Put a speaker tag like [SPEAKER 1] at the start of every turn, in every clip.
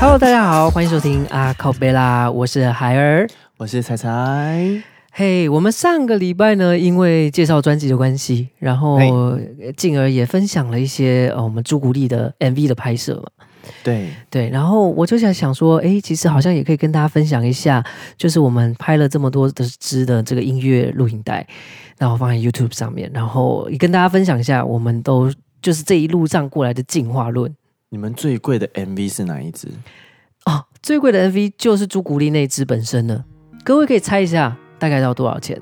[SPEAKER 1] Hello，大家好，欢迎收听阿靠贝拉，我是海儿。
[SPEAKER 2] 我是彩彩，
[SPEAKER 1] 嘿、我们上个礼拜呢，因为介绍专辑的关系，然后
[SPEAKER 2] 嘿
[SPEAKER 1] 呃进而也分享了一些呃我们朱古力的 MV 的拍摄嘛，
[SPEAKER 2] 对，
[SPEAKER 1] 对。然后我就想想说，哎，其实好像也可以跟大家分享一下，就是我们拍了这么多的支的这个音乐录影带，然后放在 YouTube 上面，然后也跟大家分享一下我们都就是这一路上过来的进化论。
[SPEAKER 2] 你们最贵的 MV 是哪一支？
[SPEAKER 1] 哦，最贵的 MV 就是朱古力那一支本身了。各位可以猜一下大概要多少钱，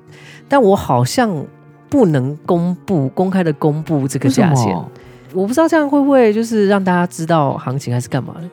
[SPEAKER 1] 但我好像不能公布公开的公布这个价
[SPEAKER 2] 为什
[SPEAKER 1] 钱，
[SPEAKER 2] 么
[SPEAKER 1] 我不知道这样会不会就是让大家知道行情还是干嘛的。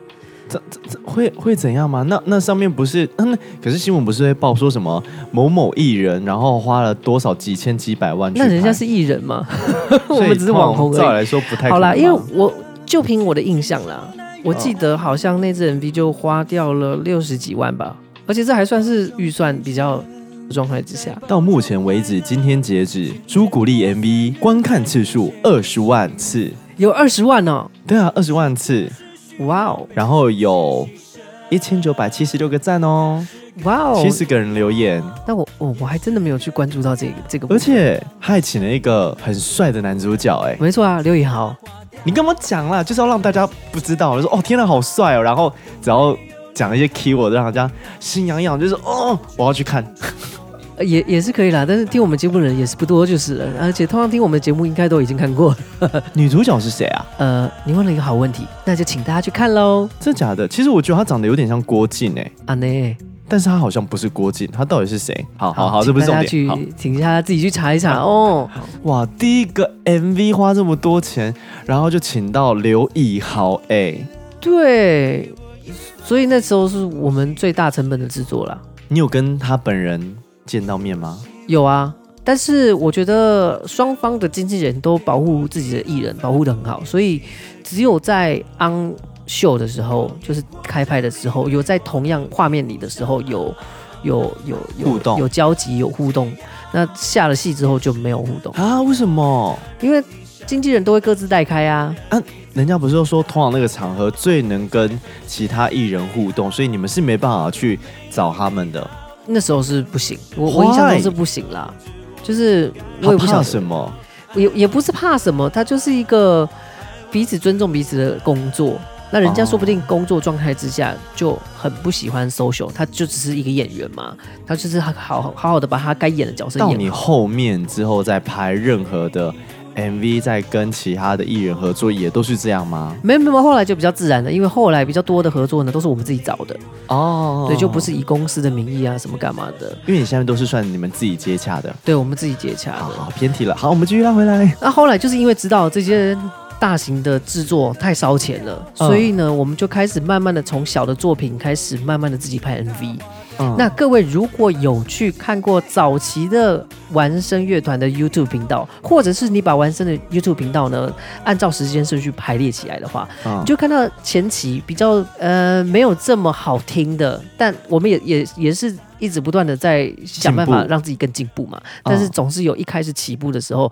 [SPEAKER 2] 这会会怎样吗？那那上面不是，嗯，可是新闻不是会报说什么某某艺人，然后花了多少几千几百万去
[SPEAKER 1] 那
[SPEAKER 2] 拍？
[SPEAKER 1] 人家是艺人嘛， 我
[SPEAKER 2] 所以
[SPEAKER 1] 们只是网红
[SPEAKER 2] 通常照
[SPEAKER 1] 而已。
[SPEAKER 2] 来说不太
[SPEAKER 1] 好啦，
[SPEAKER 2] 可能哦
[SPEAKER 1] 因为
[SPEAKER 2] 吧
[SPEAKER 1] 我就凭我的印象啦，我记得好像那支 MV 就花掉了六十几万吧，而且这还算是预算比较的状态之下。
[SPEAKER 2] 到目前为止，今天截止，朱古力 MV 观看次数二十万次，
[SPEAKER 1] 有二十万哦，
[SPEAKER 2] 对啊，二十万次，
[SPEAKER 1] 哇哦，
[SPEAKER 2] 然后有一千九百七十六个赞哦，
[SPEAKER 1] 哇哦，
[SPEAKER 2] 七十个人留言，
[SPEAKER 1] 但我哦我我还真的没有去关注到这个这个部
[SPEAKER 2] 而
[SPEAKER 1] 分，
[SPEAKER 2] 且还请了一个很帅的男主角、哎。
[SPEAKER 1] 没错啊，刘以豪，
[SPEAKER 2] 你干嘛讲啦？就是要让大家不知道，就说哦，天呐，好帅哦！然后只要讲一些 key word，让大家心痒痒，就是哦，我要去看。
[SPEAKER 1] 呃也也是可以啦，但是听我们节目的人也是不多就是了，而且通常听我们节目应该都已经看过了。
[SPEAKER 2] 女主角是谁啊？
[SPEAKER 1] 呃，你问了一个好问题，那就请大家去看喽。
[SPEAKER 2] 真的假的？其实我觉得她长得有点像郭靖哎、
[SPEAKER 1] 啊内，
[SPEAKER 2] 但是她好像不是郭靖，她到底是谁？好好好，
[SPEAKER 1] 请
[SPEAKER 2] 这不是重
[SPEAKER 1] 大家
[SPEAKER 2] 点。好
[SPEAKER 1] 去，请大家自己去查一查哦。
[SPEAKER 2] 哇，第一个 MV 花这么多钱，然后就请到刘以豪哎、
[SPEAKER 1] 对，所以那时候是我们最大成本的制作啦。
[SPEAKER 2] 你有跟他本人见到面吗？
[SPEAKER 1] 有啊，但是我觉得双方的经纪人都保护自己的艺人，保护的很好，所以只有在 on 秀的时候，就是开拍的时候，有在同样画面里的时候有。有有有
[SPEAKER 2] 互动
[SPEAKER 1] 有交集，有互动。那下了戏之后就没有互动，
[SPEAKER 2] 啊，为什么？
[SPEAKER 1] 因为经纪人都会各自带开啊。
[SPEAKER 2] 人家不是都说，通常那个场合最能跟其他艺人互动，所以你们是没办法去找他们的。
[SPEAKER 1] 那时候是不行，我我印象中是不行啦。就是我
[SPEAKER 2] 他
[SPEAKER 1] 也不晓
[SPEAKER 2] 怕
[SPEAKER 1] 得
[SPEAKER 2] 什么？
[SPEAKER 1] 也也不是怕什么，他就是一个彼此尊重彼此的工作。那人家
[SPEAKER 2] 哦
[SPEAKER 1] 说不定工作状态之下就很不喜欢 social，他就只是一个演员嘛，他就是好好好好的把他该演的角色
[SPEAKER 2] 到
[SPEAKER 1] 演
[SPEAKER 2] 你
[SPEAKER 1] 好。
[SPEAKER 2] 后面之后再拍任何的 MV，再跟其他的艺人合作，也都是这样吗？
[SPEAKER 1] 没有没有，后来就比较自然了，因为后来比较多的合作呢，都是我们自己找的，
[SPEAKER 2] 哦
[SPEAKER 1] 对，就不是，以公司的名义啊什么干嘛的，
[SPEAKER 2] 因为你现在都是算你们自己接洽的。
[SPEAKER 1] 对我们自己接洽
[SPEAKER 2] 好好
[SPEAKER 1] 的。
[SPEAKER 2] 偏题了，好，我们继续拉回来。
[SPEAKER 1] 那后来就是因为知道这些大型的制作太烧钱了，
[SPEAKER 2] 嗯
[SPEAKER 1] 所以呢，我们就开始慢慢的从小的作品开始，慢慢的自己拍 MV。
[SPEAKER 2] 嗯
[SPEAKER 1] 那各位如果有去看过早期的玩声乐团的 YouTube 频道，或者是你把玩声的 YouTube 频道呢，按照时间顺序排列起来的话，
[SPEAKER 2] 嗯
[SPEAKER 1] 你就看到前期比较呃没有这么好听的，但我们也也也是一直不断的在想办
[SPEAKER 2] 进
[SPEAKER 1] 法
[SPEAKER 2] 步
[SPEAKER 1] 让自己更进步嘛。但是总是有一开始起步的时候，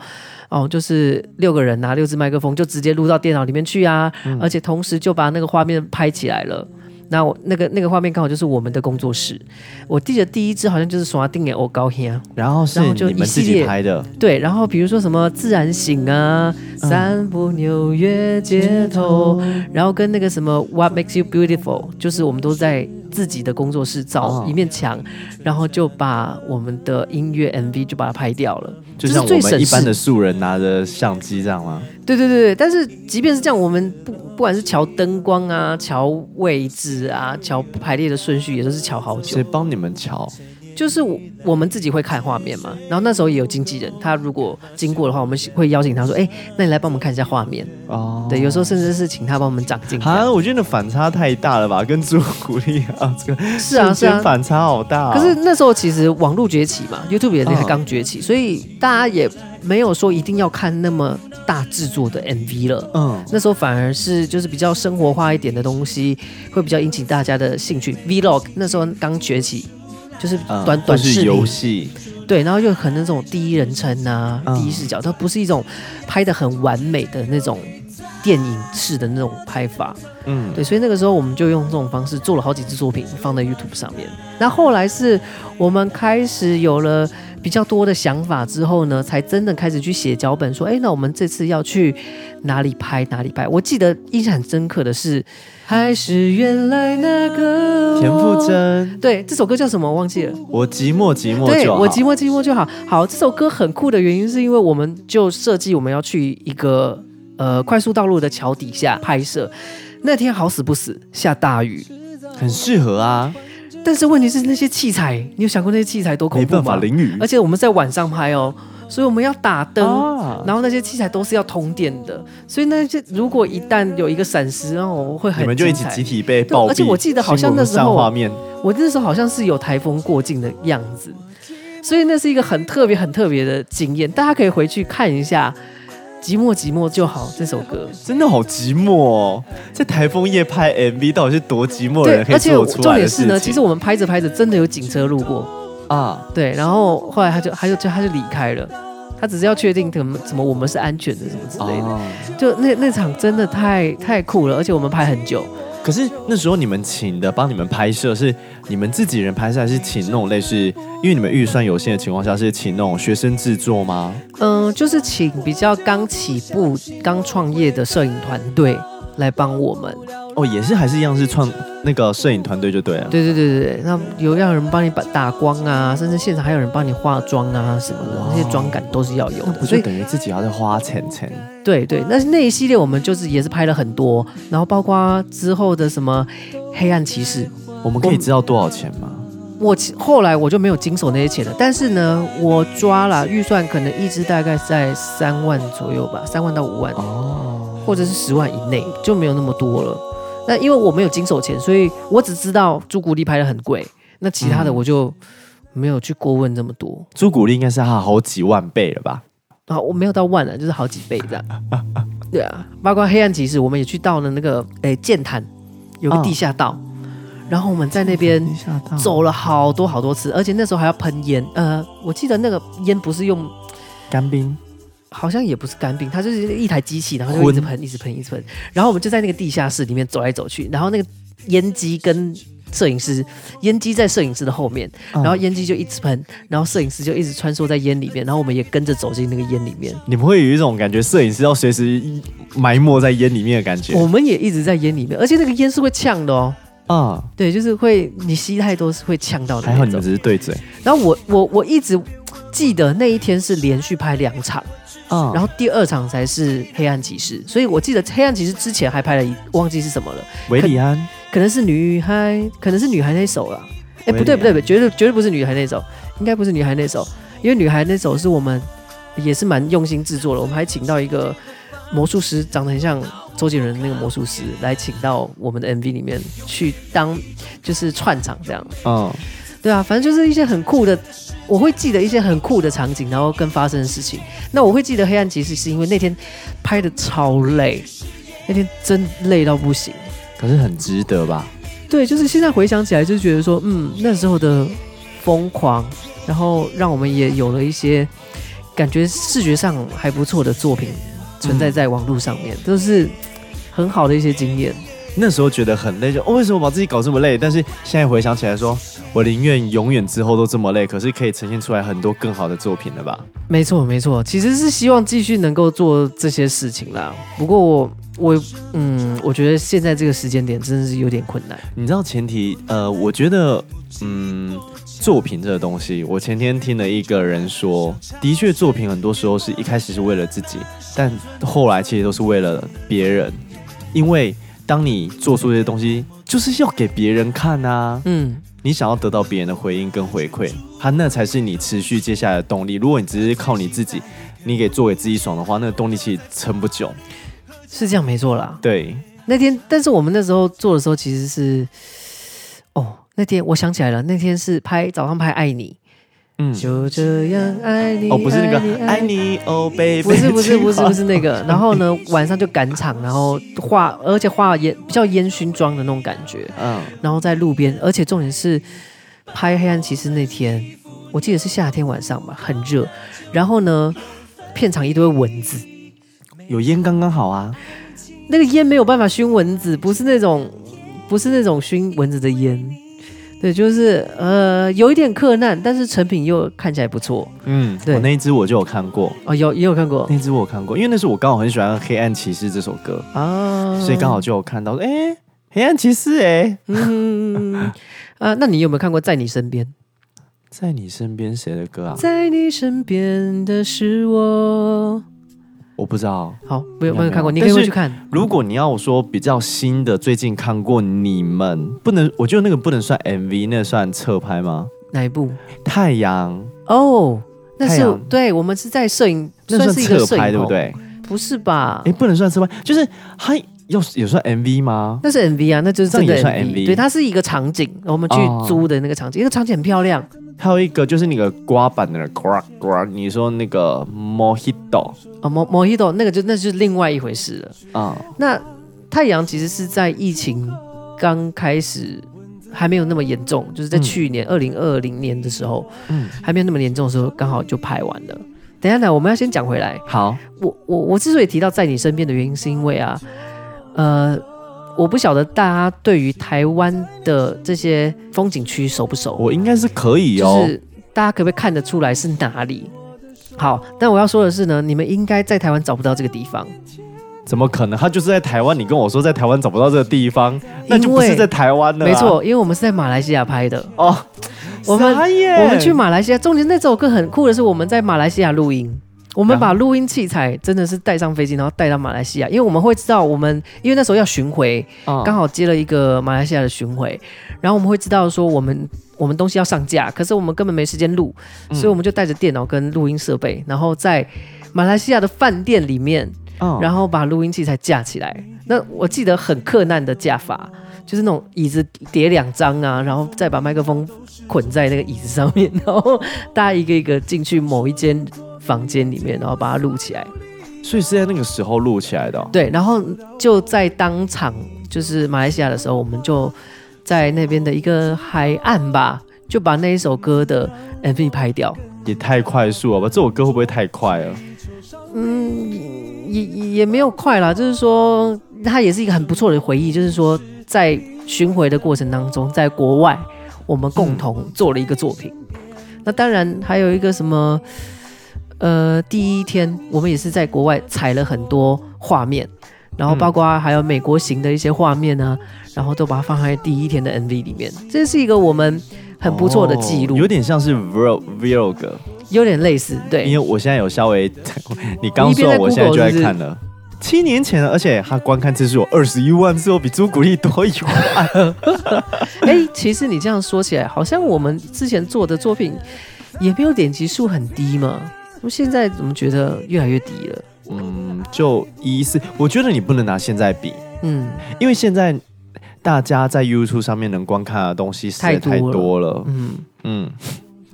[SPEAKER 1] 哦，就是六个人拿六支麦克风就直接录到电脑里面去啊，
[SPEAKER 2] 嗯
[SPEAKER 1] 而且同时就把那个画面拍起来了。那我那个那个画面刚好就是我们的工作室，我记得第一支好像就是耍定给我高兴啊，
[SPEAKER 2] 然后是
[SPEAKER 1] 然后就
[SPEAKER 2] 你们
[SPEAKER 1] 一系
[SPEAKER 2] 自
[SPEAKER 1] 列
[SPEAKER 2] 己拍的，
[SPEAKER 1] 对，然后比如说什么自然醒啊，散步纽约街头，然后跟那个什么 What Makes You Beautiful，就是我们都在自己的工作室找
[SPEAKER 2] 哦
[SPEAKER 1] 一面墙，然后就把我们的音乐 MV 就把它拍掉了，
[SPEAKER 2] 就
[SPEAKER 1] 这
[SPEAKER 2] 像
[SPEAKER 1] 是
[SPEAKER 2] 我
[SPEAKER 1] 最
[SPEAKER 2] 们
[SPEAKER 1] 省
[SPEAKER 2] 一般
[SPEAKER 1] 事
[SPEAKER 2] 的素人拿着相机这样吗？
[SPEAKER 1] 对对对对，但是即便是这样，我们不不管是瞧灯光啊、瞧位置啊、瞧排列的顺序，也都是瞧好久
[SPEAKER 2] 谁。帮你们瞧？
[SPEAKER 1] 就是我我们自己会看画面嘛，然后那时候也有经纪人，他如果经过的话，我们会邀请他说：“哎、那你来帮我们看一下画面。
[SPEAKER 2] 哦，
[SPEAKER 1] 对，有时候甚至是请他帮我们长进。
[SPEAKER 2] 啊，我觉得反差太大了吧，跟 朱古力啊，这个
[SPEAKER 1] 是啊是
[SPEAKER 2] 瞬
[SPEAKER 1] 啊
[SPEAKER 2] 间。反差好大哦、
[SPEAKER 1] 可是那时候其实网络崛起嘛，YouTube 也才
[SPEAKER 2] 嗯
[SPEAKER 1] 刚崛起，所以大家也没有说一定要看那么大制作的 MV 了。
[SPEAKER 2] 嗯，
[SPEAKER 1] 那时候反而是就是比较生活化一点的东西，会比较引起大家的兴趣。Vlog 那时候刚崛起，就是
[SPEAKER 2] 嗯
[SPEAKER 1] 短短
[SPEAKER 2] 或是
[SPEAKER 1] 视频
[SPEAKER 2] 游，戏，
[SPEAKER 1] 对，然后又可能那种第一人称啊、
[SPEAKER 2] 嗯
[SPEAKER 1] 第一视角，它不是一种拍的很完美的那种电影式的那种拍法。
[SPEAKER 2] 嗯，
[SPEAKER 1] 对，所以那个时候我们就用这种方式做了好几支作品放在 YouTube 上面。那后来是我们开始有了比较多的想法之后呢，才真的开始去写脚本，说，哎，那我们这次要去哪里拍哪里拍。我记得印象很深刻的是，还是原来那个我
[SPEAKER 2] 田馥。甄，
[SPEAKER 1] 对，这首歌叫什么？我忘记了。
[SPEAKER 2] 我寂寞寂寞
[SPEAKER 1] 对
[SPEAKER 2] 就好，
[SPEAKER 1] 我寂寞寂寞就好。好，这首歌很酷的原因是因为我们就设计我们要去一个呃快速道路的桥底下拍摄。那天好死不死下大雨，
[SPEAKER 2] 很适合啊，
[SPEAKER 1] 但是问题是那些器材，你有想过那些器材多恐
[SPEAKER 2] 没
[SPEAKER 1] 怖
[SPEAKER 2] 办
[SPEAKER 1] 吗
[SPEAKER 2] 法？淋雨
[SPEAKER 1] 而且我们在晚上拍哦，所以我们要打灯。
[SPEAKER 2] 啊，
[SPEAKER 1] 然后那些器材都是要通电的，所以那些如果一旦有一个闪失，然后我会很
[SPEAKER 2] 你们就一起
[SPEAKER 1] 精彩
[SPEAKER 2] 集体被暴毙，
[SPEAKER 1] 对而且我记得好像那时候
[SPEAKER 2] 新闻上画面
[SPEAKER 1] 我那时候好像是有台风过境的样子，所以那是一个很特别、很特别的经验。大家可以回去看一下《寂寞寂寞就好》这首歌。
[SPEAKER 2] 真的好寂寞哦，在台风夜拍 MV 到底是多寂寞的
[SPEAKER 1] 对
[SPEAKER 2] 人，可以
[SPEAKER 1] 而且
[SPEAKER 2] 做
[SPEAKER 1] 我
[SPEAKER 2] 出
[SPEAKER 1] 重
[SPEAKER 2] 来的
[SPEAKER 1] 点
[SPEAKER 2] 事
[SPEAKER 1] 是
[SPEAKER 2] 情
[SPEAKER 1] 呢，其实我们拍着拍着真的有警车路过，
[SPEAKER 2] 啊，
[SPEAKER 1] 对，然后后来他就他就就他就离开了，他只是要确定怎么怎么我们是安全的什么之类的。
[SPEAKER 2] 哦
[SPEAKER 1] 就那那场真的太太酷了，而且我们拍很久，
[SPEAKER 2] 可是那时候你们请的帮你们拍摄是你们自己人拍摄，还是请那种类似，因为你们预算有限的情况下，是请那种学生制作吗？
[SPEAKER 1] 嗯，就是请比较刚起步、刚创业的摄影团队来帮我们。
[SPEAKER 2] 哦，也是还是一样是创那个摄影团队就对了。
[SPEAKER 1] 对对对对对，那有让人帮你把打光啊，甚至现场还有人帮你化妆啊什么的
[SPEAKER 2] 哇，
[SPEAKER 1] 那些妆感都是要有
[SPEAKER 2] 那
[SPEAKER 1] 的。
[SPEAKER 2] 不
[SPEAKER 1] 所
[SPEAKER 2] 就
[SPEAKER 1] 以
[SPEAKER 2] 等于自己要再花钱钱？
[SPEAKER 1] 对对，那那一系列我们就是也是拍了很多，然后包括之后的什么黑暗骑士，
[SPEAKER 2] 我们可以知道多少钱吗？
[SPEAKER 1] 我其后来我就没有经手那些钱了，但是呢，我抓了预算可能一支大概在三万左右吧，三万到五万，
[SPEAKER 2] 哦，
[SPEAKER 1] 或者是十万以内，就没有那么多了。那因为我没有经手钱，所以我只知道朱古力拍的很贵，那其他的
[SPEAKER 2] 嗯
[SPEAKER 1] 我就没有去过问这么多。
[SPEAKER 2] 朱古力应该是它好几万倍了吧？
[SPEAKER 1] 啊，我没有到万了，就是好几倍这样。对啊，包括黑暗骑士，我们也去到了那个诶剑潭，有个
[SPEAKER 2] 嗯
[SPEAKER 1] 地下道，然后我们在那边
[SPEAKER 2] 吓到
[SPEAKER 1] 走了好多好多次，而且那时候还要喷烟。呃，我记得那个烟不是用，
[SPEAKER 2] 干冰，
[SPEAKER 1] 好像也不是干冰，它就是一台机器，然后就一直
[SPEAKER 2] 昏
[SPEAKER 1] 喷，一直喷，一直喷。然后我们就在那个地下室里面走来走去，然后那个烟机跟。摄影师，烟机在摄影师的后面，然后
[SPEAKER 2] 嗯
[SPEAKER 1] 烟机就一直喷，然后摄影师就一直穿梭在烟里面，然后我们也跟着走进那个烟里面。
[SPEAKER 2] 你们会有一种感觉，摄影师要随时埋没在烟里面的感觉
[SPEAKER 1] 我们也一直在烟里面，而且那个烟是会呛的哦。
[SPEAKER 2] 啊、
[SPEAKER 1] 对，就是会你吸太多是会呛到的
[SPEAKER 2] 还好
[SPEAKER 1] 那
[SPEAKER 2] 你
[SPEAKER 1] 种。
[SPEAKER 2] 们只是对嘴
[SPEAKER 1] 然后我我我一直记得那一天是连续拍两场，
[SPEAKER 2] 啊
[SPEAKER 1] 然后第二场才是黑暗骑士，所以我记得黑暗骑士之前还拍了一忘记是什么了，
[SPEAKER 2] 维里安
[SPEAKER 1] 可能是女孩，可能是女孩那首了。哎，
[SPEAKER 2] 维
[SPEAKER 1] 不对
[SPEAKER 2] 里
[SPEAKER 1] 不对
[SPEAKER 2] 安
[SPEAKER 1] 不对，绝对绝对不是女孩那首，应该不是女孩那首，因为女孩那首是我们也是蛮用心制作的，我们还请到一个魔术师，长得很像周杰伦的那个魔术师，来请到我们的 MV 里面去当就是串场这样。
[SPEAKER 2] 嗯。
[SPEAKER 1] 对啊，反正就是一些很酷的，我会记得一些很酷的场景，然后跟发生的事情。那我会记得《黑暗骑士》是因为那天拍的超累，那天真累到不行。
[SPEAKER 2] 可是很值得吧？
[SPEAKER 1] 对，就是现在回想起来，就觉得说，嗯，那时候的疯狂，然后让我们也有了一些感觉视觉上还不错的作品存在在网络上面，都是很好的一些经验。
[SPEAKER 2] 那时候觉得很累，就、哦、为什么把自己搞这么累？但是现在回想起来说，我宁愿永远之后都这么累，可是可以呈现出来很多更好的作品了吧？
[SPEAKER 1] 没错，没错，其实是希望继续能够做这些事情啦。不过我我嗯，我觉得现在这个时间点真的是有点困难。
[SPEAKER 2] 你知道前提，呃，我觉得，嗯，作品这个东西，我前天听了一个人说，的确，作品很多时候是一开始是为了自己，但后来其实都是为了别人，因为当你做出这些东西，就是要给别人看啊。
[SPEAKER 1] 嗯，
[SPEAKER 2] 你想要得到别人的回应跟回馈，它那才是你持续接下来的动力。如果你只是靠你自己，你给做给自己爽的话，那个动力其实撑不久。
[SPEAKER 1] 是这样没错啦。
[SPEAKER 2] 对，
[SPEAKER 1] 那天，但是我们那时候做的时候，其实是哦，那天我想起来了，那天是拍早上拍《爱你
[SPEAKER 2] 嗯》，，
[SPEAKER 1] 就这样爱你。
[SPEAKER 2] 哦，不是那个爱
[SPEAKER 1] 爱你。
[SPEAKER 2] 你哦，baby，
[SPEAKER 1] 不是不是不是不
[SPEAKER 2] 是，
[SPEAKER 1] 是那个，然后呢，晚上就赶场，然后化，而且化烟比较烟熏妆的那种感觉，
[SPEAKER 2] 嗯，
[SPEAKER 1] 然后在路边，而且重点是拍《黑暗骑士》那天，我记得是夏天晚上吧，很热。然后呢，片场一堆蚊子，
[SPEAKER 2] 有烟刚刚好啊，
[SPEAKER 1] 那个烟没有办法熏蚊子，不是那种不是那种熏蚊子的烟。对，就是呃有一点克难，但是成品又看起来不错
[SPEAKER 2] 嗯，
[SPEAKER 1] 对
[SPEAKER 2] 我那一支我就有看过，
[SPEAKER 1] 哦，有也有看过
[SPEAKER 2] 那一支我有看过，因为那时候我刚好很喜欢《黑暗骑士》这首歌，
[SPEAKER 1] 啊，
[SPEAKER 2] 所以刚好就有看到，哎、黑暗骑士、哎，
[SPEAKER 1] 嗯啊，那你有没有看过《在你身边》？
[SPEAKER 2] 在你身边谁的歌啊？
[SPEAKER 1] 在你身边的是我。
[SPEAKER 2] 我不知道。
[SPEAKER 1] 好，没有没有
[SPEAKER 2] 没有
[SPEAKER 1] 看过，你
[SPEAKER 2] 没有
[SPEAKER 1] 可以回
[SPEAKER 2] 但是
[SPEAKER 1] 去看。
[SPEAKER 2] 如果你要我说比较新的，最近看过你们不能，我觉得那个不能算 MV，那算侧拍吗？
[SPEAKER 1] 哪一部？
[SPEAKER 2] 太阳
[SPEAKER 1] 哦，那
[SPEAKER 2] 太
[SPEAKER 1] 是
[SPEAKER 2] 阳
[SPEAKER 1] 对我们是在摄影，
[SPEAKER 2] 那
[SPEAKER 1] 算
[SPEAKER 2] 算
[SPEAKER 1] 是一个摄
[SPEAKER 2] 侧
[SPEAKER 1] 影
[SPEAKER 2] 拍对不
[SPEAKER 1] 棚？啊
[SPEAKER 2] 对？
[SPEAKER 1] 不是吧
[SPEAKER 2] 哎、？不能算侧拍，就是它要有算 MV 吗？
[SPEAKER 1] 那是 MV 啊，那就是
[SPEAKER 2] 这
[SPEAKER 1] 真的
[SPEAKER 2] 样也算
[SPEAKER 1] MV。
[SPEAKER 2] MV
[SPEAKER 1] 对，它是一个场景，我们去
[SPEAKER 2] 哦
[SPEAKER 1] 租的那个场景，那个场景很漂亮。
[SPEAKER 2] 还有一个就是那个刮板的刮刮，你说那个 Mojito
[SPEAKER 1] 哦，莫莫希朵那个就那就是另外一回事了。
[SPEAKER 2] 啊、
[SPEAKER 1] 那太阳其实是在疫情刚开始还没有那么严重，就是在
[SPEAKER 2] 嗯
[SPEAKER 1] 去年二零二零年的时候，
[SPEAKER 2] 嗯
[SPEAKER 1] 还没有那么严重的时候，刚好就拍完了。等一下呢，我们要先讲回来。
[SPEAKER 2] 好，
[SPEAKER 1] 我我我之所以提到在你身边的原因，是因为啊，呃，我不晓得大家对于台湾的这些风景区熟不熟，
[SPEAKER 2] 我应该是可以
[SPEAKER 1] 就
[SPEAKER 2] 哦。
[SPEAKER 1] 是大家可不可以看得出来是哪里？好，但我要说的是呢，你们应该在台湾找不到这个地方，
[SPEAKER 2] 怎么可能？他就是在台湾，你跟我说在台湾找不到这个地方，那就
[SPEAKER 1] 因
[SPEAKER 2] 不
[SPEAKER 1] 为
[SPEAKER 2] 是在台湾的、啊
[SPEAKER 1] 没。错，因为我们是在马来西亚拍的，
[SPEAKER 2] 哦，
[SPEAKER 1] 我们
[SPEAKER 2] 傻眼
[SPEAKER 1] 我们去马来西亚，重点那首歌很酷的是，我们在马来西亚录音。我们
[SPEAKER 2] 然后
[SPEAKER 1] 把录音器材真的是带上飞机，然后带到马来西亚，因为我们会知道我们，因为那时候要巡回，
[SPEAKER 2] 嗯
[SPEAKER 1] 刚好接了一个马来西亚的巡回，然后我们会知道说我们我们东西要上架，可是我们根本没时间录，
[SPEAKER 2] 嗯
[SPEAKER 1] 所以我们就带着电脑跟录音设备，然后在马来西亚的饭店里面，
[SPEAKER 2] 嗯
[SPEAKER 1] 然后把录音器材架起来。那我记得很克难的架法，就是那种椅子叠两张啊，然后再把麦克风捆在那个椅子上面， 然后大家一个一个进去某一间房间里面，然后把它录起来。
[SPEAKER 2] 所以是在那个时候录起来的哦、
[SPEAKER 1] 对，然后就在当场，就是马来西亚的时候，我们就在那边的一个海岸吧，就把那一首歌的 MV 拍掉。
[SPEAKER 2] 也太快速了吧？这首歌会不会太快了？
[SPEAKER 1] 嗯，也也也没有快啦，就是说，它也是一个很不错的回忆，就是说，在巡回的过程当中，在国外，我们共同做了一个作品。那当然还有一个什么，呃，第一天我们也是在国外采了很多画面，然后包括还有美国行的一些画面啊，然后都把它放在第一天的 MV 里面，这是一个我们很不错的记录，
[SPEAKER 2] 哦有点像是 vlog vlog。
[SPEAKER 1] 有点类似，对，
[SPEAKER 2] 因为我现在有稍微， 你刚
[SPEAKER 1] 哎你一边
[SPEAKER 2] 说
[SPEAKER 1] 在
[SPEAKER 2] 完我现在就
[SPEAKER 1] Google
[SPEAKER 2] 在
[SPEAKER 1] 是不是
[SPEAKER 2] 看了。七年前了，而且它观看次数有二十一万次哦，比朱古力多一 万。
[SPEAKER 1] 哎、其实你这样说起来，好像我们之前做的作品也没有点击数很低嘛，我现在怎么觉得越来越低了？
[SPEAKER 2] 嗯，就一四，我觉得你不能拿现在比，
[SPEAKER 1] 嗯，
[SPEAKER 2] 因为现在大家在 YouTube 上面能观看的东西实在太多了。
[SPEAKER 1] 嗯，
[SPEAKER 2] 嗯，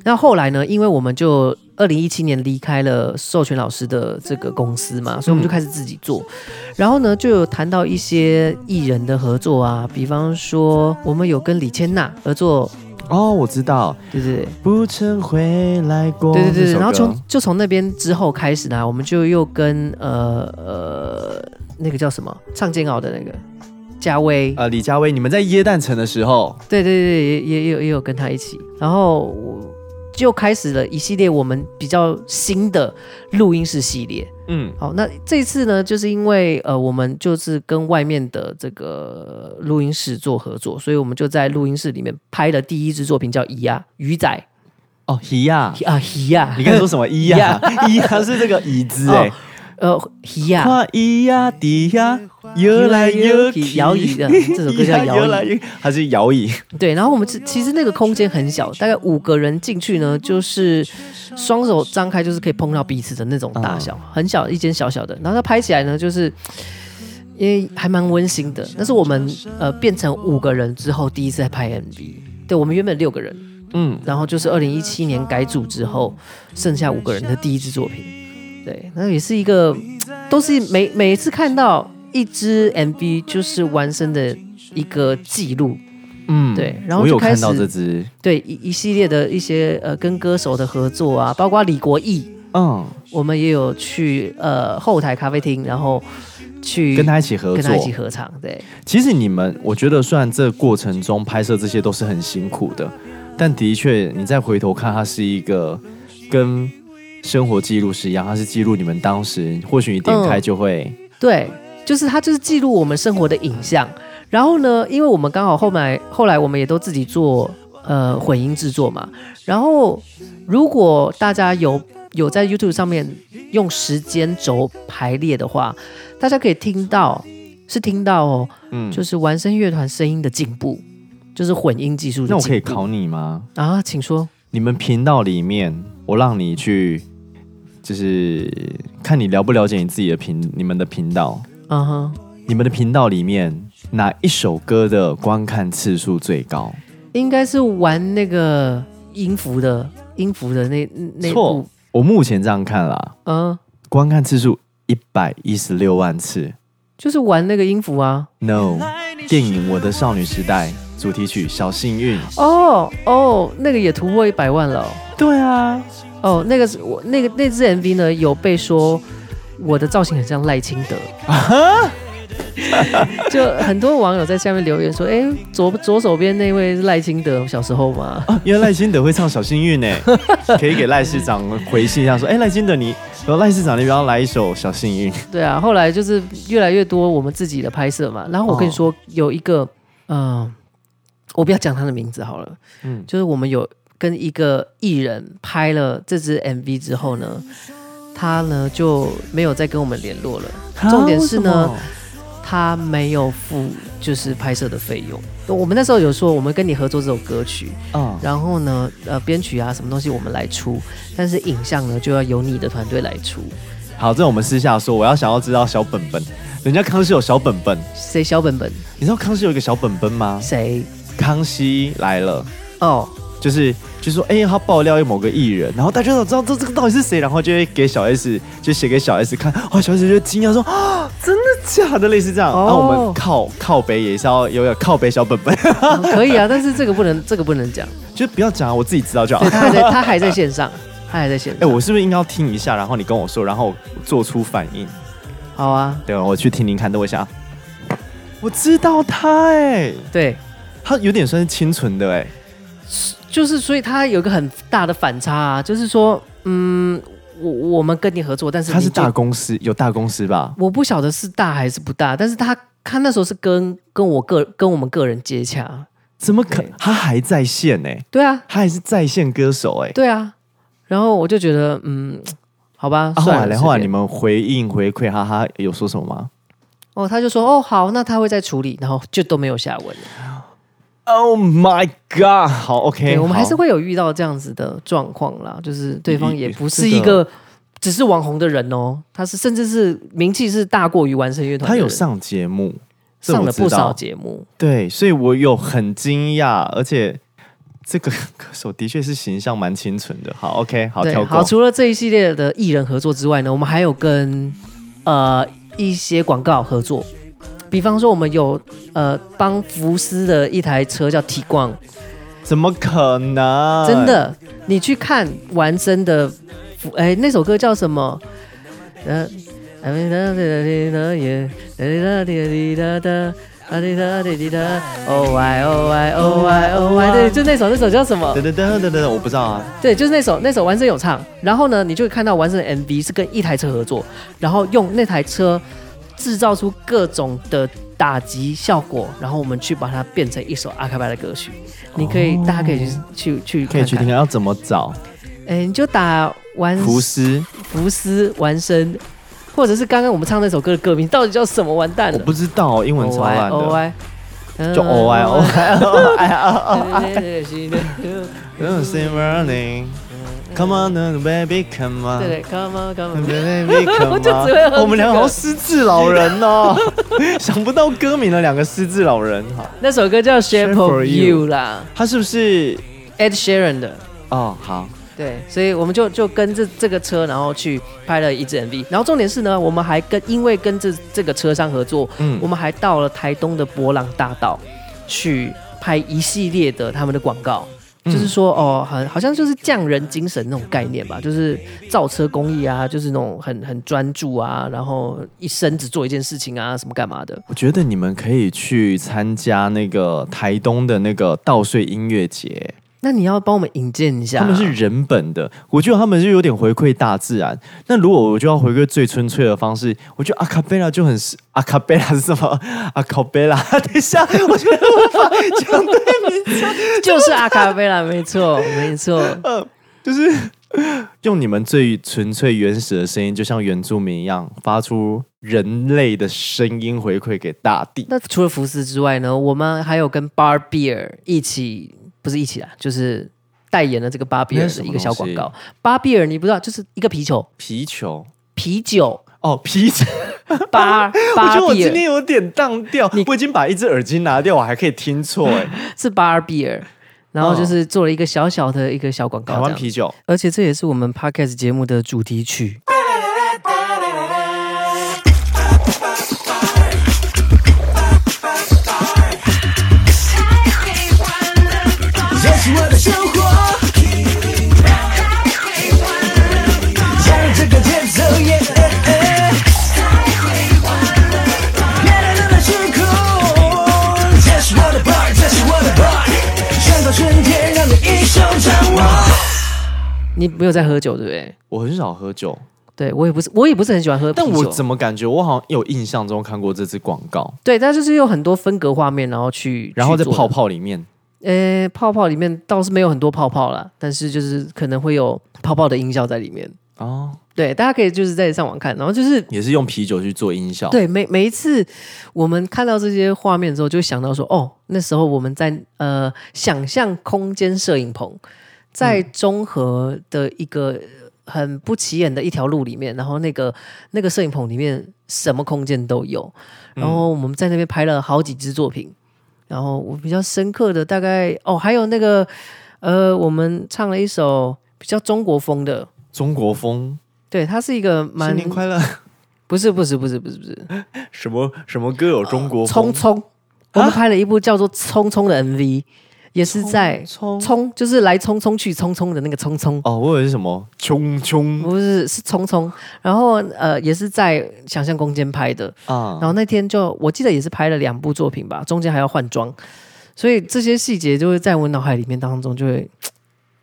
[SPEAKER 1] 那后来呢？因为我们就二零一七年离开了授权老师的这个公司嘛，所以我们就开始自己做。然后呢，就有谈到一些艺人的合作啊，比方说我们有跟李千娜合作，
[SPEAKER 2] 哦，我知道，
[SPEAKER 1] 对对对。
[SPEAKER 2] 不曾回来过。
[SPEAKER 1] 对对对，
[SPEAKER 2] 哦这
[SPEAKER 1] 对
[SPEAKER 2] 首
[SPEAKER 1] 然后
[SPEAKER 2] 歌
[SPEAKER 1] 从就从那边之后开始呢，我们就又跟呃呃那个叫什么唱煎熬的那个嘉威，
[SPEAKER 2] 呃李佳薇，你们在耶诞城的时候，
[SPEAKER 1] 对对对，也也也有也有跟他一起，然后我就开始了一系列我们比较新的录音室系列。
[SPEAKER 2] 嗯，
[SPEAKER 1] 好，那这一次呢，就是因为呃，我们就是跟外面的这个录音室做合作，所以我们就在录音室里面拍了第一支作品，叫《咿呀鱼仔
[SPEAKER 2] 哦，咿呀》，
[SPEAKER 1] 啊，咿呀，
[SPEAKER 2] 你刚才说什么咿呀？咿呀是这个椅子哎，
[SPEAKER 1] 呃，咿呀，
[SPEAKER 2] 看咿呀咿呀，游来游去，
[SPEAKER 1] 摇椅的这首歌叫
[SPEAKER 2] 咿呀
[SPEAKER 1] 摇椅
[SPEAKER 2] 来游，还是摇椅？
[SPEAKER 1] 对，然后我们其其实那个空间很小，大概五个人进去呢，就是双手张开就是可以碰到彼此的那种大小，很小一间小小的。然后它拍起来呢，就是因为还蛮温馨的。那是我们呃变成五个人之后第一次在拍 MV，对我们原本六个人，
[SPEAKER 2] 嗯，
[SPEAKER 1] 然后就是二零一七年改组之后剩下五个人的第一支作品。对，那也是一个，都是每每一次看到一支 MV 就是完胜的一个记录。
[SPEAKER 2] 嗯
[SPEAKER 1] 对然后
[SPEAKER 2] 我
[SPEAKER 1] 就
[SPEAKER 2] 有
[SPEAKER 1] 开
[SPEAKER 2] 看
[SPEAKER 1] 始
[SPEAKER 2] 到这只，
[SPEAKER 1] 对一一系列的一些呃跟歌手的合作啊，包括李国毅，
[SPEAKER 2] 嗯，
[SPEAKER 1] 我们也有去呃后台咖啡厅，然后去
[SPEAKER 2] 跟他一起合
[SPEAKER 1] 跟
[SPEAKER 2] 作
[SPEAKER 1] 他一。起合唱，对，
[SPEAKER 2] 其实你们，我觉得虽然这过程中拍摄这些都是很辛苦的，但的确你再回头看，它是一个跟生活记录是一样，它是记录你们当时，或许你点开就会，
[SPEAKER 1] 对，就是它就是记录我们生活的影像。然后呢，因为我们刚好后来后来我们也都自己做呃混音制作嘛。然后如果大家有有在 YouTube 上面用时间轴排列的话，大家可以听到是听到哦，
[SPEAKER 2] 嗯，
[SPEAKER 1] 就是完声乐团声音的进步，就是混音技术的
[SPEAKER 2] 那我可以
[SPEAKER 1] 进步
[SPEAKER 2] 考你吗？
[SPEAKER 1] 啊，请说。
[SPEAKER 2] 你们频道里面，我让你去，就是看你了不了解你自己的频，你们的频道，
[SPEAKER 1] 嗯哼，
[SPEAKER 2] 你们的频道里面哪一首歌的观看次数最高？
[SPEAKER 1] 应该是玩那个音符的音符的那那部，，
[SPEAKER 2] 我目前这样看啦，
[SPEAKER 1] 嗯，
[SPEAKER 2] 观看次数一百一十六万次。
[SPEAKER 1] 就是玩那个音符啊。
[SPEAKER 2] No，电影《我的少女时代》主题曲《小幸运》。
[SPEAKER 1] 哦哦，那个也突破一百万了哦。
[SPEAKER 2] 对啊，
[SPEAKER 1] 哦那个是我那个那支 MV 呢，有被说我的造型很像赖清德。 就很多网友在下面留言说：“哎、左左手边那位是赖清德，小时候嘛。
[SPEAKER 2] 因为赖清德会唱《小幸运》呢，可以给赖市长回信一下，说：“哎、赖清德你，然后赖市长你不要来一首《小幸运》。”
[SPEAKER 1] 对啊，后来就是越来越多我们自己的拍摄嘛。然后我
[SPEAKER 2] 哦
[SPEAKER 1] 跟你说，有一个，嗯、我不要讲他的名字好了，
[SPEAKER 2] 嗯
[SPEAKER 1] 嗯，就是我们有跟一个艺人拍了这支 MV 之后呢，他呢就没有再跟我们联络了。重点是呢
[SPEAKER 2] 啊为什么
[SPEAKER 1] 他没有付就是拍摄的费用。我们那时候有说，我们跟你合作这首歌曲，
[SPEAKER 2] 啊，
[SPEAKER 1] 然后呢，呃，编曲啊什么东西我们来出，但是影像呢就要由你的团队来出。
[SPEAKER 2] 好，这我们私下说。我要想要知道小本本，人家康熙有小本本，
[SPEAKER 1] 谁小本本？
[SPEAKER 2] 你知道康熙有一个小本本吗？
[SPEAKER 1] 谁？
[SPEAKER 2] 康熙来了，
[SPEAKER 1] 哦，
[SPEAKER 2] 就是就说哎、他爆料某个艺人，然后大家都知道这这个到底是谁，然后就会给小 S 就写给小 S 看，哦，小 S 就惊讶说 啊，真的假的，类似这样。
[SPEAKER 1] 哦
[SPEAKER 2] 然后我们靠靠北也是要有有靠北小本本，
[SPEAKER 1] 哦可以啊，但是这个不能，这个不能讲。
[SPEAKER 2] 就不要讲，我自己知道就好
[SPEAKER 1] 对，。他还在，他还在线上，他还在线
[SPEAKER 2] 哎、
[SPEAKER 1] 上。
[SPEAKER 2] 我是不是应该要听一下，然后你跟我说，然后我做出反应？
[SPEAKER 1] 好啊，
[SPEAKER 2] 对，我去听听看，等我一下啊。我知道他哎、
[SPEAKER 1] 对，
[SPEAKER 2] 他有点算是清纯的哎、
[SPEAKER 1] 就是所以他有一个很大的反差啊，就是说，嗯，我我们跟你合作，但是
[SPEAKER 2] 他是
[SPEAKER 1] 你就
[SPEAKER 2] 大公司，有大公司吧？
[SPEAKER 1] 我不晓得是大还是不大，但是他他那时候是跟跟我个跟我们个人接洽，
[SPEAKER 2] 怎么可
[SPEAKER 1] 对？
[SPEAKER 2] 他还在线呢、
[SPEAKER 1] 对啊，
[SPEAKER 2] 他还是在线歌手哎、
[SPEAKER 1] 对啊，然后我就觉得，嗯，好吧，
[SPEAKER 2] 啊后
[SPEAKER 1] 算
[SPEAKER 2] 来
[SPEAKER 1] 了，
[SPEAKER 2] 嘞，后来
[SPEAKER 1] 随
[SPEAKER 2] 你
[SPEAKER 1] 便
[SPEAKER 2] 们回应回馈，哈哈，有说什么吗？
[SPEAKER 1] 哦，他就说，哦，好，那他会再处理，然后就都没有下文了。
[SPEAKER 2] Oh my god！好，OK，
[SPEAKER 1] 对，我们
[SPEAKER 2] 哎好
[SPEAKER 1] 还是会有遇到这样子的状况啦，就是对方也不是
[SPEAKER 2] 这个
[SPEAKER 1] 一个只是网红的人哦，他是甚至是名气是大过于完声乐团的
[SPEAKER 2] 他
[SPEAKER 1] 人，
[SPEAKER 2] 有上节目，这
[SPEAKER 1] 上
[SPEAKER 2] 我
[SPEAKER 1] 了
[SPEAKER 2] 知
[SPEAKER 1] 不少
[SPEAKER 2] 道
[SPEAKER 1] 节目，
[SPEAKER 2] 对，所以我有很惊讶，而且这个 歌手的确是形象蛮清纯的。好，OK，好，
[SPEAKER 1] 对
[SPEAKER 2] 跳，过
[SPEAKER 1] 好，。除了这一系列的艺人合作之外呢，我们还有跟呃一些广告合作，比方说我们有呃帮福斯的一台车叫体光，
[SPEAKER 2] 怎么可能？
[SPEAKER 1] 真的，你去看完真的，哎，那首歌叫什么？呃，哦喂哦喂哦喂哦喂，对，就那首那首叫什么
[SPEAKER 2] 噔？噔噔噔噔，我不知道啊。
[SPEAKER 1] 对，就是那首那首完声有唱，然后呢，你就会看到完声的 MV 是跟一台车合作，然后用那台车制造出各种的打击效果，然后我们去把它变成一首阿卡巴的歌曲。你可以，大家可以去去去
[SPEAKER 2] 可以去
[SPEAKER 1] 看嗯
[SPEAKER 2] 听看
[SPEAKER 1] 看。
[SPEAKER 2] 要怎么找
[SPEAKER 1] 哎，你就打完
[SPEAKER 2] 福斯，
[SPEAKER 1] 福斯完声，或者是刚刚我们唱那首歌的歌名到底叫什么？完蛋
[SPEAKER 2] 我
[SPEAKER 1] 了，
[SPEAKER 2] 不知道，英文超烂
[SPEAKER 1] 哦
[SPEAKER 2] 的，
[SPEAKER 1] 歪哦
[SPEAKER 2] 就 O I O I O I O I。哦
[SPEAKER 1] 对
[SPEAKER 2] 哎 Don't say running, come on, uh, baby, come on.
[SPEAKER 1] 对，Come on Come on。
[SPEAKER 2] Baby, come
[SPEAKER 1] 我就只会哼这
[SPEAKER 2] on
[SPEAKER 1] 个
[SPEAKER 2] 我们两个好失智老人哦， 想不到歌名的两个失智老人哈。
[SPEAKER 1] 那首歌叫《Shape
[SPEAKER 2] Shape of
[SPEAKER 1] of
[SPEAKER 2] You
[SPEAKER 1] You》啦
[SPEAKER 2] 他是不是？
[SPEAKER 1] ，Ed Sheeran 的。
[SPEAKER 2] 哦，好，
[SPEAKER 1] 对，所以我们就就跟这这个车，然后去拍了一支 MV。然后重点是呢，我们还跟因为跟这这个车商合作，
[SPEAKER 2] 嗯
[SPEAKER 1] 我们还到了台东的博朗大道去拍一系列的他们的广告。
[SPEAKER 2] 嗯
[SPEAKER 1] 就是说哦，很好像就是匠人精神那种概念吧，就是造车工艺啊，就是那种很很专注啊，然后一生只做一件事情啊，什么干嘛的。
[SPEAKER 2] 我觉得你们可以去参加那个台东的那个稻穗音乐节，
[SPEAKER 1] 那你要帮我们引荐一下，
[SPEAKER 2] 他们是人本的，我觉得他们就有点回馈大自然。那如果我就要回归最纯粹的方式，我觉得阿卡贝拉就很适阿卡贝拉是什么？ 阿卡贝拉，等一下，我觉得无法讲对名字。
[SPEAKER 1] 就是阿卡贝拉，没错，没错。
[SPEAKER 2] 就是用你们最纯粹原始的声音，就像原住民一样，发出人类的声音回馈给大地。
[SPEAKER 1] 那除了福斯之外呢，我们还有跟 Bar Beer 一起，不是一起啊，就是代言了这个 Bar
[SPEAKER 2] 那
[SPEAKER 1] Beer
[SPEAKER 2] 是什
[SPEAKER 1] 的
[SPEAKER 2] 么
[SPEAKER 1] 一个小
[SPEAKER 2] 东
[SPEAKER 1] 广
[SPEAKER 2] 西
[SPEAKER 1] 告。Bar Beer 你不知道，就是一个啤酒，
[SPEAKER 2] 皮球
[SPEAKER 1] 啤 酒
[SPEAKER 2] 哦，啤球，
[SPEAKER 1] Bar
[SPEAKER 2] 我觉
[SPEAKER 1] Bar
[SPEAKER 2] 得我今
[SPEAKER 1] Beer
[SPEAKER 2] 天有点荡掉，我已经把一只耳机拿掉，我还可以听错哎、
[SPEAKER 1] 是 Bar Beer，然后就是做了一个小小的一个小广告，
[SPEAKER 2] 哦台
[SPEAKER 1] 这
[SPEAKER 2] 湾
[SPEAKER 1] 样
[SPEAKER 2] 啤酒，
[SPEAKER 1] 而且这也是我们 podcast 节目的主题曲。
[SPEAKER 3] 这是我的生活，加入这个节奏，耶！漂亮的时空，这是我的 bar，这是我的 bar，创造春天，让你一手掌握。
[SPEAKER 1] 你没有在喝酒对不对？
[SPEAKER 2] 我很少喝酒，
[SPEAKER 1] 对我也不是，我也不是很喜欢喝啤
[SPEAKER 2] 但
[SPEAKER 1] 酒。
[SPEAKER 2] 我怎么感觉我好像有印象中看过这支广告，
[SPEAKER 1] 对，但就是有很多分隔画面，然后去
[SPEAKER 2] 然后在
[SPEAKER 1] 去做
[SPEAKER 2] 泡泡里面，
[SPEAKER 1] 呃，泡泡里面倒是没有很多泡泡啦，但是就是可能会有泡泡的音效在里面。
[SPEAKER 2] 哦，
[SPEAKER 1] 对，大家可以就是在上网看，然后就是
[SPEAKER 2] 也是用啤酒去做音效。
[SPEAKER 1] 对每每一次我们看到这些画面之后，就会想到说，哦，那时候我们在呃想象空间摄影棚，在中和的一个很不起眼的一条路里面，然后那个那个摄影棚里面什么空间都有，
[SPEAKER 2] 嗯
[SPEAKER 1] 然后我们在那边拍了好几支作品，然后我比较深刻的大概哦，还有那个呃，我们唱了一首比较中国风的，
[SPEAKER 2] 中国风，
[SPEAKER 1] 对，它是一个
[SPEAKER 2] 新
[SPEAKER 1] 蛮
[SPEAKER 2] 年快乐，
[SPEAKER 1] 不是不是不是不是不是
[SPEAKER 2] 什么什么歌有中国
[SPEAKER 1] 匆
[SPEAKER 2] 风？
[SPEAKER 1] 匆，我们拍了一部叫做《匆匆》的 MV，也是在
[SPEAKER 2] 匆
[SPEAKER 1] 匆，就是来匆匆去匆匆的那个匆匆。
[SPEAKER 2] 哦，我以为是什么冲冲
[SPEAKER 1] 不是，是匆匆，然后呃，也是在想象空间拍的，
[SPEAKER 2] 啊
[SPEAKER 1] 然，后那天就我记得也是拍了两部作品吧，中间还要换装，所以这些细节就会在我脑海里面当中就会嘖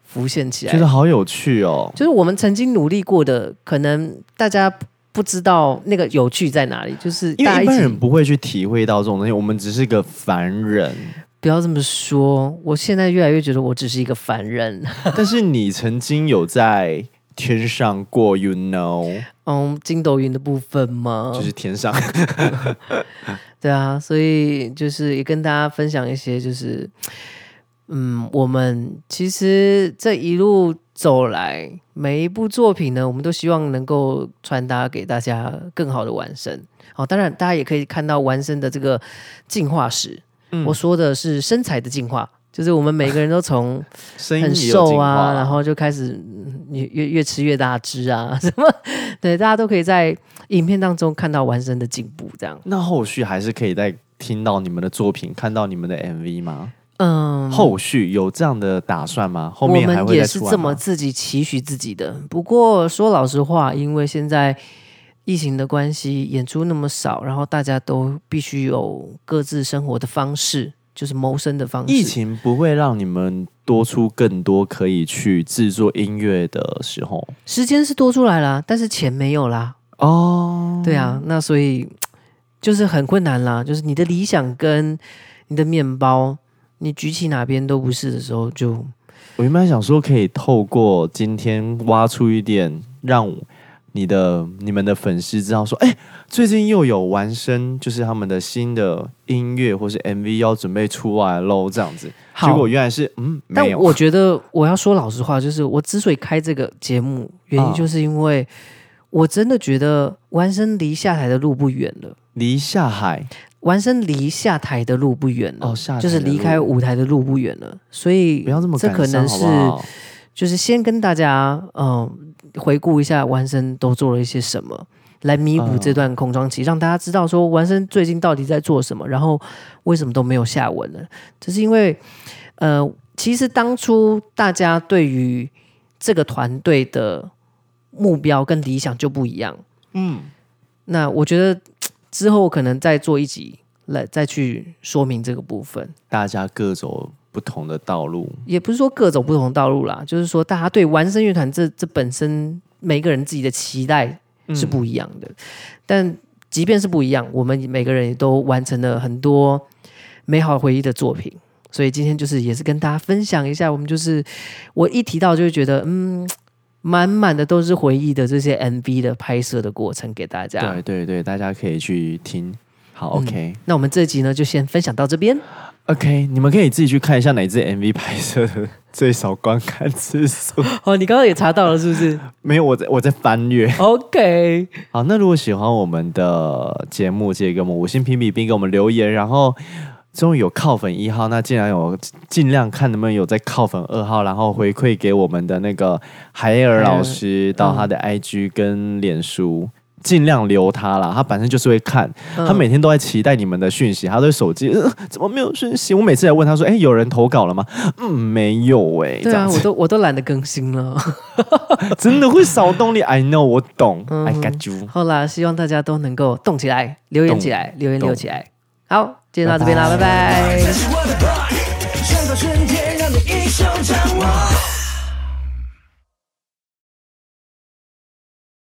[SPEAKER 1] 浮现起来
[SPEAKER 2] 觉。得好有趣哦。
[SPEAKER 1] 就是我们曾经努力过的，可能大家不知道那个有趣在哪里，就是
[SPEAKER 2] 因
[SPEAKER 1] 大家
[SPEAKER 2] 为一
[SPEAKER 1] 一
[SPEAKER 2] 般
[SPEAKER 1] 起
[SPEAKER 2] 人不会去体会到这种东西，我们只是个凡人。
[SPEAKER 1] 不要这么说，我现在越来越觉得我只是一个凡人。
[SPEAKER 2] 但是你曾经有在天上过，you know，
[SPEAKER 1] 嗯，筋斗云的部分吗？
[SPEAKER 2] 就是天上。
[SPEAKER 1] 啊对啊，所以就是也跟大家分享一些，就是嗯，我们其实这一路走来，每一部作品呢，我们都希望能够传达给大家更好的完生。好、当然大家也可以看到完生的这个进化史。
[SPEAKER 2] 嗯
[SPEAKER 1] 我说的是身材的进化，就是我们每个人都从
[SPEAKER 2] 声音
[SPEAKER 1] 很
[SPEAKER 2] 也有
[SPEAKER 1] 瘦
[SPEAKER 2] 进化
[SPEAKER 1] 啊，
[SPEAKER 2] 啦
[SPEAKER 1] 然后就开始嗯越越越吃越大只啊， 什么对，大家都可以在影片当中看到完生的进步，这样。
[SPEAKER 2] 那后续还是可以再听到你们的作品，看到你们的 MV 吗？
[SPEAKER 1] 嗯，
[SPEAKER 2] 后续有这样的打算吗？后面
[SPEAKER 1] 我
[SPEAKER 2] 还
[SPEAKER 1] 们
[SPEAKER 2] 会
[SPEAKER 1] 也
[SPEAKER 2] 再
[SPEAKER 1] 是
[SPEAKER 2] 出
[SPEAKER 1] 这
[SPEAKER 2] 来
[SPEAKER 1] 么
[SPEAKER 2] 吗？
[SPEAKER 1] 自己期许自己的。不过说老实话，因为现在疫情的关系，演出那么少，然后大家都必须有各自生活的方式，就是谋生的方式。
[SPEAKER 2] 疫情不会让你们多出更多可以去制作音乐的时候
[SPEAKER 1] 时间是多出来啦，但是钱没有啦。
[SPEAKER 2] 哦。
[SPEAKER 1] 对啊，那所以就是很困难啦。就是你的理想跟你的面包，你举起哪边都不是的时候就，
[SPEAKER 2] 我原本想说，可以透过今天挖出一点，让你的你们的粉丝知道说，哎、最近又有完声，就是他们的新的音乐或是 MV 要准备出来喽，这样子。
[SPEAKER 1] 好
[SPEAKER 2] 结果原来是嗯，没
[SPEAKER 1] 但
[SPEAKER 2] 有。
[SPEAKER 1] 我觉得我要说老实话，就是我之所以开这个节目，原因
[SPEAKER 2] 啊
[SPEAKER 1] 就是因为我真的觉得完生离下台的路不远了，
[SPEAKER 2] 离下海
[SPEAKER 1] 完生离下台的路不远了，
[SPEAKER 2] 哦，下
[SPEAKER 1] 就是离开
[SPEAKER 2] 我，
[SPEAKER 1] 舞台的路不远了，所以
[SPEAKER 2] 不要这么
[SPEAKER 1] 这
[SPEAKER 2] 感
[SPEAKER 1] 可能
[SPEAKER 2] 伤
[SPEAKER 1] 是
[SPEAKER 2] 好不好
[SPEAKER 1] 就是先跟大家嗯回顾一下完生都做了一些什么，来弥补这段空窗期，让大家知道说完生最近到底在做什么，然后为什么都没有下文呢？这是因为呃其实当初大家对于这个团队的目标跟理想就不一样。
[SPEAKER 2] 嗯，
[SPEAKER 1] 那我觉得之后可能再做一集来再去说明这个部分，
[SPEAKER 2] 大家各走不同的道路，
[SPEAKER 1] 也不是说各走不同道路啦，就是说大家对完声乐团这这本身每个人自己的期待是不一样的，但即便是不一样，我们每个人也都完成了很多美好回忆的作品。所以今天就是也是跟大家分享一下，我们就是我一提到就会觉得，嗯，满满的都是回忆的这些 MV 的拍摄的过程给大家。嗯
[SPEAKER 2] 对对对，大家可以去听。好，OK，OK，、
[SPEAKER 1] 那我们这集呢就先分享到这边。
[SPEAKER 2] OK，你们可以自己去看一下哪支 MV 拍摄的 最少观看次数。
[SPEAKER 1] 哦，你刚刚也查到了是不 是
[SPEAKER 2] 没有，我在我在翻阅。
[SPEAKER 1] ？OK，
[SPEAKER 2] 好，那如果喜欢我们的节目，记得给我们五星评比，并给我们留言。然后，终于有靠粉一号，那竟然有尽量看能不能有在靠粉二号，然后回馈给我们的那个海
[SPEAKER 1] E
[SPEAKER 2] 尔老师到他的 IG 跟脸书。尽量留他啦，他本身就是会看，
[SPEAKER 1] 嗯
[SPEAKER 2] 他每天都在期待你们的讯息，他对手机、呃、怎么没有讯息？我每次来问他说：“哎、有人投稿了吗？”嗯，没有 哎、这
[SPEAKER 1] 对啊，
[SPEAKER 2] 样
[SPEAKER 1] 我
[SPEAKER 2] 子
[SPEAKER 1] 都我都懒得更新了。
[SPEAKER 2] 真的会少动力。I know，我懂、i
[SPEAKER 1] 嗯
[SPEAKER 2] got you。
[SPEAKER 1] 好啦，希望大家都能够动起来，留言起来，留言
[SPEAKER 2] 动
[SPEAKER 1] 留起来。好，今天到这边啦，拜拜
[SPEAKER 3] 这是我的 body，